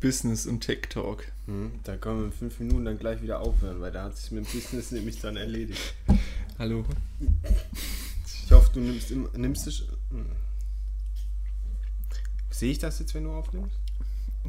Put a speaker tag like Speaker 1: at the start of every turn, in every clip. Speaker 1: Business und Tech Talk.
Speaker 2: Hm, da können wir in fünf Minuten dann gleich wieder aufhören, weil da hat sich mit dem Business nämlich dann erledigt.
Speaker 1: Hallo.
Speaker 2: Ich hoffe, du nimmst, im, nimmst es. Hm. Sehe ich das jetzt, wenn du aufnimmst?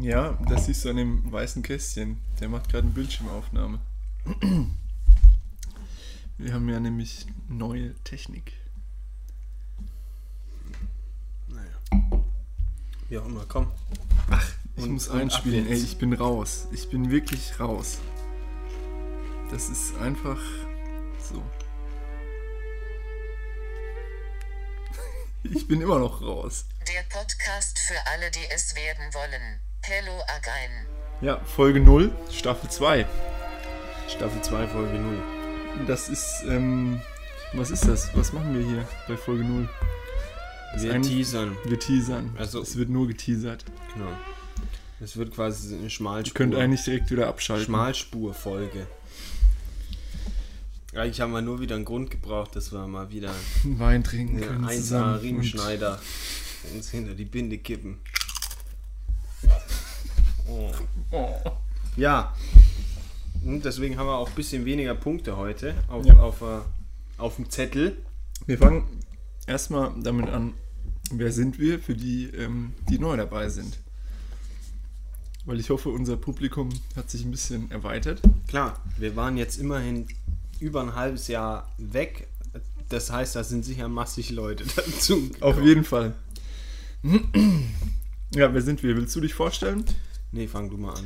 Speaker 1: Ja, das ist so an dem weißen Kästchen. Der macht gerade eine Bildschirmaufnahme. Wir haben ja nämlich neue Technik.
Speaker 2: Naja. Wie auch immer, komm.
Speaker 1: Ach, ich
Speaker 2: Und-
Speaker 1: muss
Speaker 2: und ab
Speaker 1: einspielen. Ey,
Speaker 2: jetzt.
Speaker 1: ich bin raus. Ich bin wirklich raus. Das ist einfach so. Ich bin immer noch raus.
Speaker 3: Der Podcast für alle, die es werden wollen. Hello again.
Speaker 1: Ja, Folge 0, Staffel 2.
Speaker 2: Staffel 2, Folge 0.
Speaker 1: Das ist, ähm, was ist das? Was machen wir hier bei Folge 0? Das
Speaker 2: Wir
Speaker 1: ein-
Speaker 2: teasern.
Speaker 1: Wir teasern.
Speaker 2: Also-
Speaker 1: es wird nur geteasert.
Speaker 2: Genau. Es wird quasi so eine
Speaker 1: Ihr
Speaker 2: Schmalspur.
Speaker 1: könnt eigentlich direkt wieder abschalten.
Speaker 2: Schmalspur-Folge. Eigentlich haben wir nur wieder einen Grund gebraucht, dass wir mal wieder
Speaker 1: einen Wein trinken
Speaker 2: eine
Speaker 1: können
Speaker 2: 1
Speaker 1: zusammen. Und
Speaker 2: Riemenschneider uns hinter die Binde kippen. Oh.
Speaker 1: Oh.
Speaker 2: Ja. Und deswegen haben wir auch ein bisschen weniger Punkte heute auf,
Speaker 1: Ja.
Speaker 2: auf, äh, auf dem Zettel.
Speaker 1: wir fangen erstmal damit an, wer sind wir für die, ähm, die neu dabei sind. Weil ich hoffe, unser Publikum hat sich ein bisschen erweitert.
Speaker 2: Klar, wir waren jetzt immerhin über ein halbes Jahr weg. Das heißt, da sind sicher massig Leute dazu.
Speaker 1: Auf jeden Fall. Ja, wer sind wir? Willst du dich vorstellen?
Speaker 2: Nee, fang du mal an.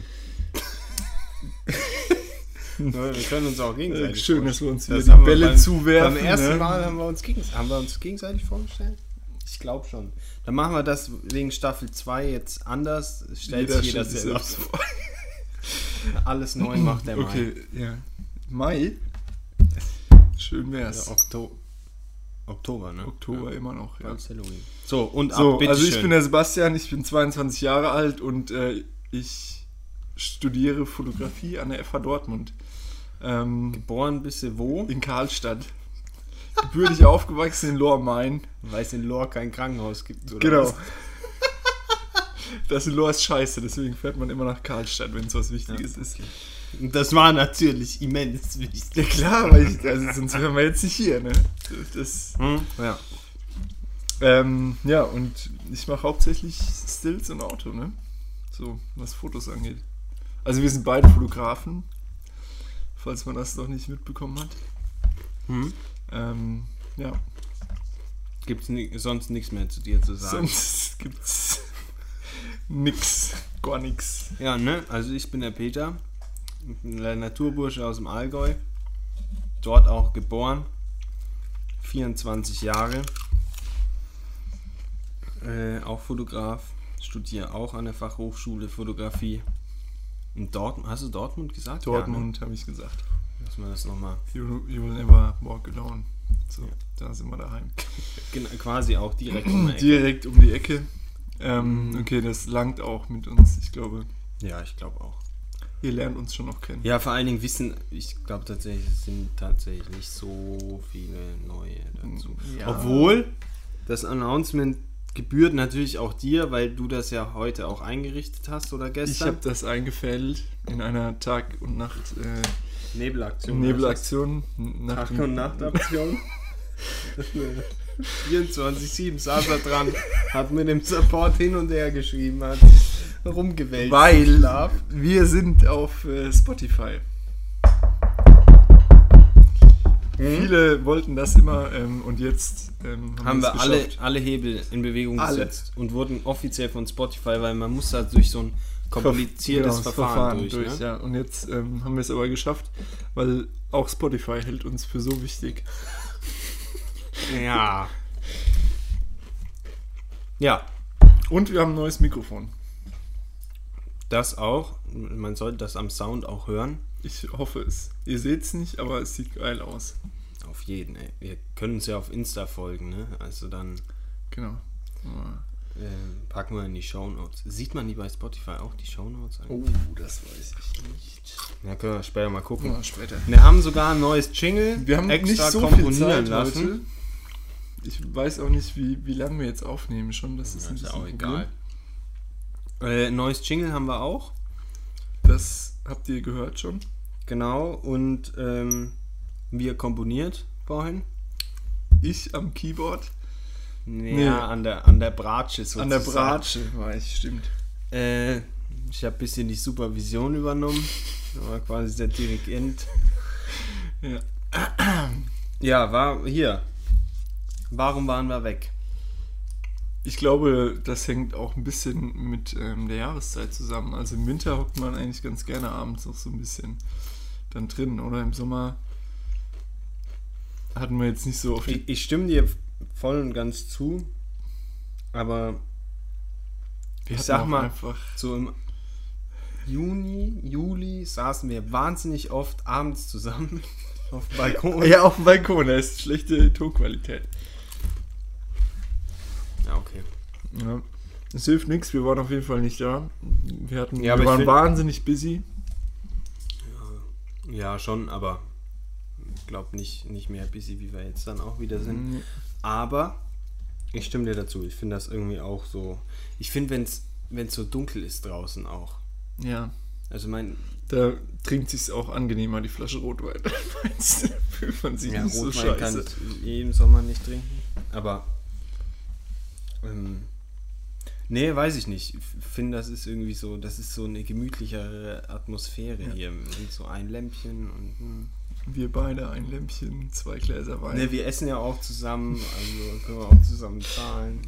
Speaker 2: wir können uns auch gegenseitig
Speaker 1: Äh, Schön, dass wir uns wieder
Speaker 2: vorstellen. Das
Speaker 1: die
Speaker 2: haben wir
Speaker 1: Bälle
Speaker 2: beim,
Speaker 1: zuwerfen.
Speaker 2: Beim ersten
Speaker 1: ne?
Speaker 2: Mal haben wir, uns gegens- haben wir uns gegenseitig vorgestellt. Ich glaube schon. Dann machen wir das wegen Staffel 2 jetzt anders. Stellt
Speaker 1: Jeder
Speaker 2: sich jeder
Speaker 1: stellt sich
Speaker 2: selbst
Speaker 1: selbst
Speaker 2: vor. Alles neu macht der Mai.
Speaker 1: Okay, ja. Mai? Schön wär's.
Speaker 2: Oder Äh, Okto Oktober, ne?
Speaker 1: Oktober immer noch,
Speaker 2: Ja.
Speaker 1: ja.
Speaker 2: Ganz Halloween. So, und
Speaker 1: So,
Speaker 2: ab,
Speaker 1: also ich
Speaker 2: Ah, bitteschön.
Speaker 1: bin der Sebastian, ich bin 22 Jahre alt und äh, ich studiere Fotografie an der FH Dortmund. Ähm,
Speaker 2: Geboren bist du wo?
Speaker 1: in Karlstadt. Gebürtig aufgewachsen in Lohr-Main.
Speaker 2: Weil es in Lohr kein Krankenhaus gibt. Oder
Speaker 1: Genau.
Speaker 2: was?
Speaker 1: Das in Lohr ist scheiße, deswegen fährt man immer nach Karlstadt, wenn es was Wichtiges ist.
Speaker 2: Und das war natürlich immens
Speaker 1: Ja
Speaker 2: wichtig.
Speaker 1: klar, weil ich, also sonst wären wir jetzt nicht hier, ne? Das,
Speaker 2: Hm? Ja.
Speaker 1: ähm, ja, und ich mache hauptsächlich Stills und Auto, ne? So, was Fotos angeht. Also wir sind beide Fotografen, falls man das noch nicht mitbekommen hat.
Speaker 2: Hm?
Speaker 1: Ähm, ja,
Speaker 2: Gibt es ni sonst nichts mehr zu dir zu sagen?
Speaker 1: sonst gibt's nix, gar nix.
Speaker 2: Ja, ne? Also ich bin der Peter, ich bin der Naturbursche aus dem Allgäu, dort auch geboren, 24 Jahre, äh, auch Fotograf, studiere auch an der Fachhochschule Fotografie. In Dortmund, hast du Dortmund gesagt?
Speaker 1: Dortmund, habe ich gesagt.
Speaker 2: Ja, ne? Dass man das nochmal.
Speaker 1: You, you will never walk alone. So, da sind wir daheim.
Speaker 2: Genau, quasi auch direkt um die Ecke.
Speaker 1: Direkt um die Ecke. Ähm, okay, das langt auch mit uns, ich glaube.
Speaker 2: Ja, ich glaube auch.
Speaker 1: Ihr lernt uns schon noch kennen.
Speaker 2: Ja, vor allen Dingen wissen, ich glaube tatsächlich, es sind tatsächlich nicht so viele neue dazu.
Speaker 1: Mm, Ja.
Speaker 2: Obwohl, das Announcement gebührt natürlich auch dir, weil du das ja heute auch eingerichtet hast oder
Speaker 1: Ich habe
Speaker 2: gestern.
Speaker 1: das eingefädelt in einer Tag- und Nacht äh,
Speaker 2: Nebelaktion.
Speaker 1: Nebelaktion. Nach
Speaker 2: Tag-
Speaker 1: dem-
Speaker 2: und Nachtaktion. 24-7 saß er dran, hat mit dem Support hin und her geschrieben, hat rumgewälzt.
Speaker 1: Weil
Speaker 2: Schlaf.
Speaker 1: wir sind auf äh, Spotify.
Speaker 2: Hm?
Speaker 1: Viele wollten das immer ähm, und jetzt ähm,
Speaker 2: haben wir
Speaker 1: es
Speaker 2: alle,
Speaker 1: geschafft.
Speaker 2: alle Hebel in Bewegung
Speaker 1: Alle.
Speaker 2: gesetzt und wurden offiziell von Spotify, weil man muss da durch so ein kompliziertes
Speaker 1: Genau, das
Speaker 2: Verfahren, durch. ne?
Speaker 1: ja. Und jetzt ähm, haben wir es aber geschafft, weil auch Spotify hält uns für so wichtig.
Speaker 2: ja. Ja,
Speaker 1: Und wir haben ein neues Mikrofon.
Speaker 2: das auch. Man sollte das am Sound auch hören.
Speaker 1: Ich hoffe es. Ihr seht es nicht, aber es sieht geil aus.
Speaker 2: Auf jeden, ey. Wir können uns ja auf Insta folgen, ne? Also dann
Speaker 1: Genau. Ah.
Speaker 2: äh, packen wir in die Shownotes. Sieht man die bei Spotify auch, die Shownotes? eigentlich?
Speaker 1: Oh, das weiß ich nicht.
Speaker 2: Ja, können wir später mal gucken.
Speaker 1: Mal später.
Speaker 2: Wir haben sogar ein neues Jingle
Speaker 1: Wir haben nicht so viel Zeit, Leute. Ich weiß auch nicht, wie, wie lange wir jetzt aufnehmen schon. Das ist
Speaker 2: Das
Speaker 1: ein
Speaker 2: ist ja
Speaker 1: bisschen
Speaker 2: auch
Speaker 1: Problem.
Speaker 2: egal. Äh, neues Jingle haben wir auch.
Speaker 1: Das habt ihr gehört schon.
Speaker 2: Genau. Und ähm, wir komponiert vorhin.
Speaker 1: Ich am Keyboard.
Speaker 2: Nee,
Speaker 1: Nee.
Speaker 2: An, der, an der Bratsche sozusagen.
Speaker 1: An der Bratsche war ich, stimmt.
Speaker 2: Äh, ich habe ein bisschen die Supervision übernommen. Da War quasi der Dirigent.
Speaker 1: Ja.
Speaker 2: Ja, war hier. Warum waren wir weg?
Speaker 1: Ich glaube, das hängt auch ein bisschen mit ähm, der Jahreszeit zusammen. Also im Winter hockt man eigentlich ganz gerne abends noch so ein bisschen dann drin. Oder im Sommer hatten wir jetzt nicht so oft.
Speaker 2: Ich, ich stimme dir voll und ganz zu, aber
Speaker 1: wir hatten
Speaker 2: sag
Speaker 1: auch
Speaker 2: mal-
Speaker 1: Einfach,
Speaker 2: so im Juni, Juli saßen wir wahnsinnig oft abends zusammen auf dem Balkon.
Speaker 1: ja, auf dem Balkon, da ist schlechte Tonqualität.
Speaker 2: Ja, okay.
Speaker 1: Ja. Es hilft nichts, wir waren auf jeden Fall nicht da. Wir, hatten,
Speaker 2: Ja,
Speaker 1: wir
Speaker 2: aber ich
Speaker 1: waren
Speaker 2: find-
Speaker 1: wahnsinnig busy.
Speaker 2: Ja, schon, aber ich glaube nicht, nicht mehr busy, wie wir jetzt dann auch wieder sind.
Speaker 1: Mhm.
Speaker 2: Aber ich stimme dir dazu. Ich finde das irgendwie auch so. Ich finde, wenn es so dunkel ist draußen auch.
Speaker 1: Ja,
Speaker 2: Also mein
Speaker 1: da trinkt sich's auch angenehmer, die Flasche Rotwein. Meinst du, da fühlt man sich
Speaker 2: ja,
Speaker 1: nicht so
Speaker 2: Rotwein
Speaker 1: scheiße.
Speaker 2: kann ich eh im Sommer nicht trinken. Aber ähm, nee, weiß ich nicht. Ich finde, das ist irgendwie so, das ist so eine gemütlichere Atmosphäre
Speaker 1: Ja.
Speaker 2: hier. Und so ein Lämpchen und hm.
Speaker 1: Wir beide ein Lämpchen, zwei Gläser Wein.
Speaker 2: Ne, wir essen ja auch zusammen, also können wir auch zusammen zahlen.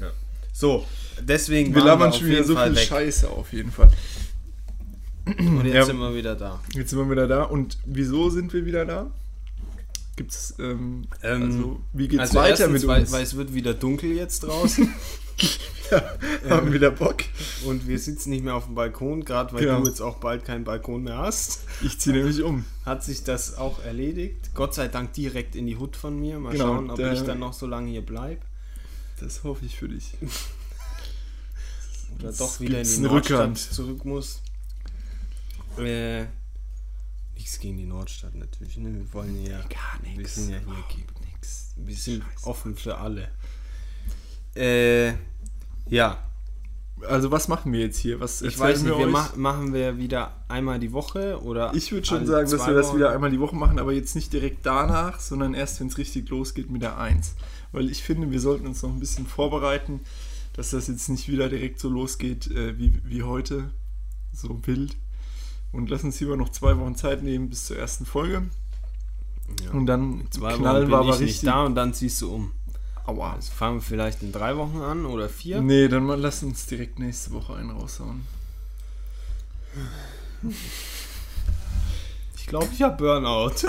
Speaker 2: Ja. So, deswegen
Speaker 1: wir
Speaker 2: waren
Speaker 1: labern
Speaker 2: auf
Speaker 1: schon wieder
Speaker 2: jeden
Speaker 1: so
Speaker 2: Fall
Speaker 1: viel
Speaker 2: weg.
Speaker 1: Scheiße auf jeden Fall.
Speaker 2: Und jetzt
Speaker 1: Ja.
Speaker 2: sind wir wieder da.
Speaker 1: Jetzt sind wir wieder da. Und wieso sind wir wieder da? Gibt's, ähm,
Speaker 2: Ähm,
Speaker 1: also, wie geht's
Speaker 2: also
Speaker 1: weiter
Speaker 2: erstens,
Speaker 1: mit
Speaker 2: weil,
Speaker 1: uns?
Speaker 2: weil es wird wieder dunkel jetzt draußen ähm,
Speaker 1: Haben wir wieder Bock?
Speaker 2: und wir sitzen nicht mehr auf dem Balkon, gerade weil
Speaker 1: Genau.
Speaker 2: du jetzt auch bald keinen Balkon mehr hast.
Speaker 1: Ich ziehe nämlich um.
Speaker 2: Hat sich das auch erledigt. Gott sei Dank direkt in die Hut von mir. Mal
Speaker 1: Genau,
Speaker 2: schauen, ob
Speaker 1: der-
Speaker 2: ich dann noch so lange hier bleibe.
Speaker 1: Das hoffe ich für dich.
Speaker 2: Oder
Speaker 1: Jetzt
Speaker 2: doch wieder in
Speaker 1: gibt's
Speaker 2: die
Speaker 1: einen
Speaker 2: Nordstadt
Speaker 1: Rückhand.
Speaker 2: zurück muss. Äh, nichts gegen die Nordstadt natürlich. Ne? Wir wollen ja.
Speaker 1: Gar nichts.
Speaker 2: Wir sind ja hier. ge-
Speaker 1: nix.
Speaker 2: Wir sind
Speaker 1: Scheiße.
Speaker 2: offen für alle. Äh, ja,
Speaker 1: Also was machen wir jetzt hier? Was
Speaker 2: ich weiß
Speaker 1: erzählen wir
Speaker 2: nicht, wir
Speaker 1: euch?
Speaker 2: mach, machen wir wieder einmal die Woche oder.
Speaker 1: ich würde schon
Speaker 2: alle
Speaker 1: sagen, dass
Speaker 2: zwei
Speaker 1: wir das
Speaker 2: Wochen?
Speaker 1: wieder einmal die Woche machen, aber jetzt nicht direkt danach, sondern erst, wenn es richtig losgeht mit der 1. Weil ich finde, wir sollten uns noch ein bisschen vorbereiten, dass das jetzt nicht wieder direkt so losgeht äh, wie, wie heute, so wild. Und lass uns lieber noch zwei Wochen Zeit nehmen bis zur ersten Folge.
Speaker 2: Ja.
Speaker 1: Und dann
Speaker 2: Zwei Wochen
Speaker 1: knallen
Speaker 2: bin
Speaker 1: wir
Speaker 2: ich
Speaker 1: aber
Speaker 2: nicht
Speaker 1: richtig.
Speaker 2: da und dann ziehst du um.
Speaker 1: Aua.
Speaker 2: Also fangen wir vielleicht in drei Wochen an oder vier.
Speaker 1: Nee, dann mal lass uns direkt nächste Woche einen raushauen.
Speaker 2: Ich glaube, ich habe Burnout.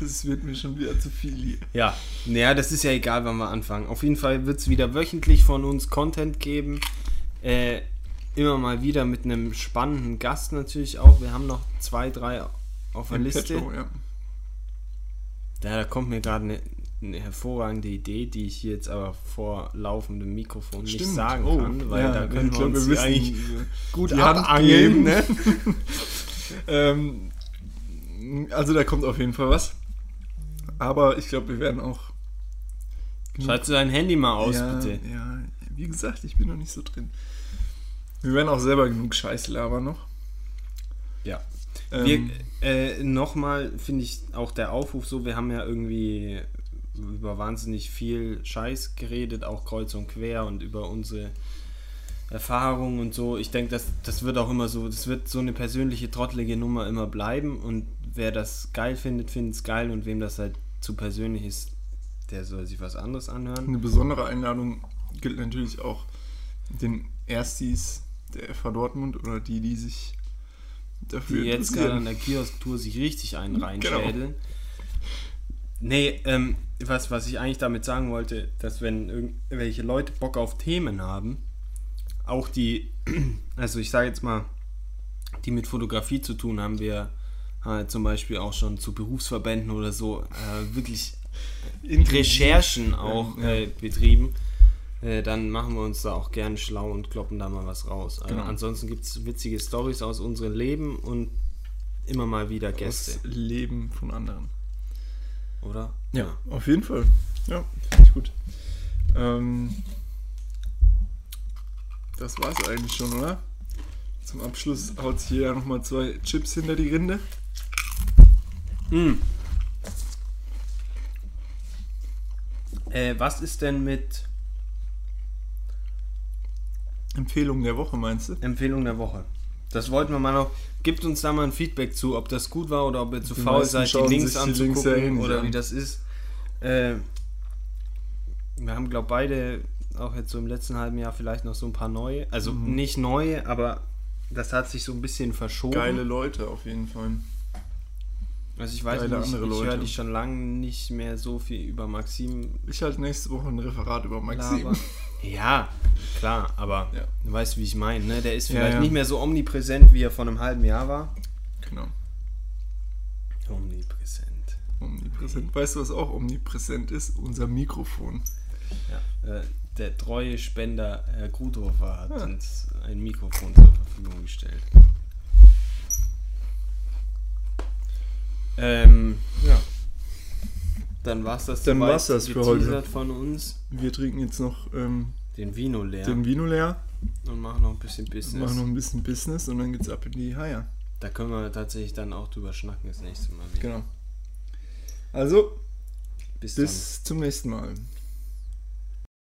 Speaker 1: Das wird mir schon wieder zu viel hier.
Speaker 2: Ja, naja, das ist ja egal, wann wir anfangen. Auf jeden Fall wird es wieder wöchentlich von uns Content geben. Äh, immer mal wieder mit einem spannenden Gast natürlich auch. Wir haben noch zwei, drei auf der
Speaker 1: Im
Speaker 2: Liste.
Speaker 1: Petto, oh, ja.
Speaker 2: Ja, da kommt mir gerade eine eine hervorragende Idee, die ich hier jetzt aber vor laufendem Mikrofon nicht sagen
Speaker 1: Oh,
Speaker 2: kann, weil
Speaker 1: ja,
Speaker 2: da können
Speaker 1: ich
Speaker 2: wir
Speaker 1: glaub,
Speaker 2: uns
Speaker 1: wir
Speaker 2: hier
Speaker 1: wissen,
Speaker 2: eigentlich gut
Speaker 1: die Hand
Speaker 2: abangeln. Ne?
Speaker 1: ähm, also da kommt auf jeden Fall was. Aber ich glaube, wir werden auch.
Speaker 2: Schalte dein Handy mal aus,
Speaker 1: ja,
Speaker 2: bitte.
Speaker 1: ja, wie gesagt, ich bin noch nicht so drin. Wir werden auch selber genug Scheiße labern noch.
Speaker 2: Ja. Wir,
Speaker 1: Ähm,
Speaker 2: äh, nochmal finde ich auch der Aufruf so, wir haben ja irgendwie über wahnsinnig viel Scheiß geredet, auch kreuz und quer und über unsere Erfahrungen und so. Ich denke, das, das wird auch immer so, das wird so eine persönliche, trottelige Nummer immer bleiben und wer das geil findet, findet es geil und wem das halt zu persönlich ist, der soll sich was anderes anhören.
Speaker 1: eine besondere Einladung gilt natürlich auch den Erstis der FH Dortmund oder die, die sich dafür
Speaker 2: Die jetzt gerade
Speaker 1: interessieren.
Speaker 2: an der Kiosk-Tour sich richtig einen
Speaker 1: Genau.
Speaker 2: reinschädeln. Nee, ähm, was, was ich eigentlich damit sagen wollte, dass wenn irgendwelche Leute Bock auf Themen haben, auch die, also ich sage jetzt mal, die mit Fotografie zu tun haben, wir äh, zum Beispiel auch schon zu Berufsverbänden oder so äh, wirklich Recherchen auch
Speaker 1: Ja.
Speaker 2: äh, betrieben, äh, dann machen wir uns da auch gerne schlau und kloppen da mal was raus. Äh,
Speaker 1: Genau.
Speaker 2: ansonsten gibt es witzige Stories aus unserem Leben und immer mal wieder Gäste,
Speaker 1: das Leben von anderen.
Speaker 2: oder?
Speaker 1: Ja, auf jeden Fall. Ja, finde ich gut. Ähm, Das war's eigentlich schon, oder? Zum Abschluss haut sich jeder nochmal zwei Chips hinter die Rinde.
Speaker 2: Mm. Äh, was ist denn mit
Speaker 1: Empfehlung der Woche, meinst du?
Speaker 2: Empfehlung der Woche? Das wollten wir mal noch. Gebt uns da mal ein Feedback zu, ob das gut war oder ob ihr zu
Speaker 1: Die
Speaker 2: faul
Speaker 1: meisten
Speaker 2: seid, die
Speaker 1: schauen sich
Speaker 2: Links
Speaker 1: die
Speaker 2: anzugucken
Speaker 1: Links ja eh nicht
Speaker 2: oder
Speaker 1: an.
Speaker 2: wie das ist. Äh, wir haben, glaube beide auch jetzt so im letzten halben Jahr vielleicht noch so ein paar neue. Also
Speaker 1: Mhm.
Speaker 2: nicht neue, aber das hat sich so ein bisschen verschoben.
Speaker 1: Geile Leute auf jeden Fall.
Speaker 2: Also ich weiß
Speaker 1: Geile
Speaker 2: nicht,
Speaker 1: andere
Speaker 2: ich höre
Speaker 1: Leute.
Speaker 2: dich schon lange nicht mehr so viel über Maxim
Speaker 1: Ich halte nächste Woche ein Referat über Maxim.
Speaker 2: labern. Ja, klar, aber
Speaker 1: Ja.
Speaker 2: du weißt, wie ich meine. Ne? Der ist
Speaker 1: Ja,
Speaker 2: vielleicht
Speaker 1: ja.
Speaker 2: nicht mehr so omnipräsent, wie er vor einem halben Jahr war.
Speaker 1: Genau.
Speaker 2: Omnipräsent.
Speaker 1: Omnipräsent. Weißt du, was auch omnipräsent ist? Unser Mikrofon.
Speaker 2: Ja. Äh, der treue Spender Herr Grudhofer hat
Speaker 1: Ah.
Speaker 2: uns ein Mikrofon zur Verfügung gestellt. Ähm, ja. Dann war's das.
Speaker 1: Dann
Speaker 2: soweit.
Speaker 1: war's das für heute.
Speaker 2: Geteasert von uns.
Speaker 1: Wir trinken jetzt noch ähm,
Speaker 2: Den Vino leer.
Speaker 1: den Vino leer,
Speaker 2: und machen noch ein bisschen Business.
Speaker 1: machen noch ein bisschen Business und dann geht's ab in die Haier.
Speaker 2: Da können wir tatsächlich dann auch drüber schnacken das nächste Mal wieder.
Speaker 1: Genau. Also,
Speaker 2: Bis,
Speaker 1: bis zum nächsten Mal.
Speaker 2: dann.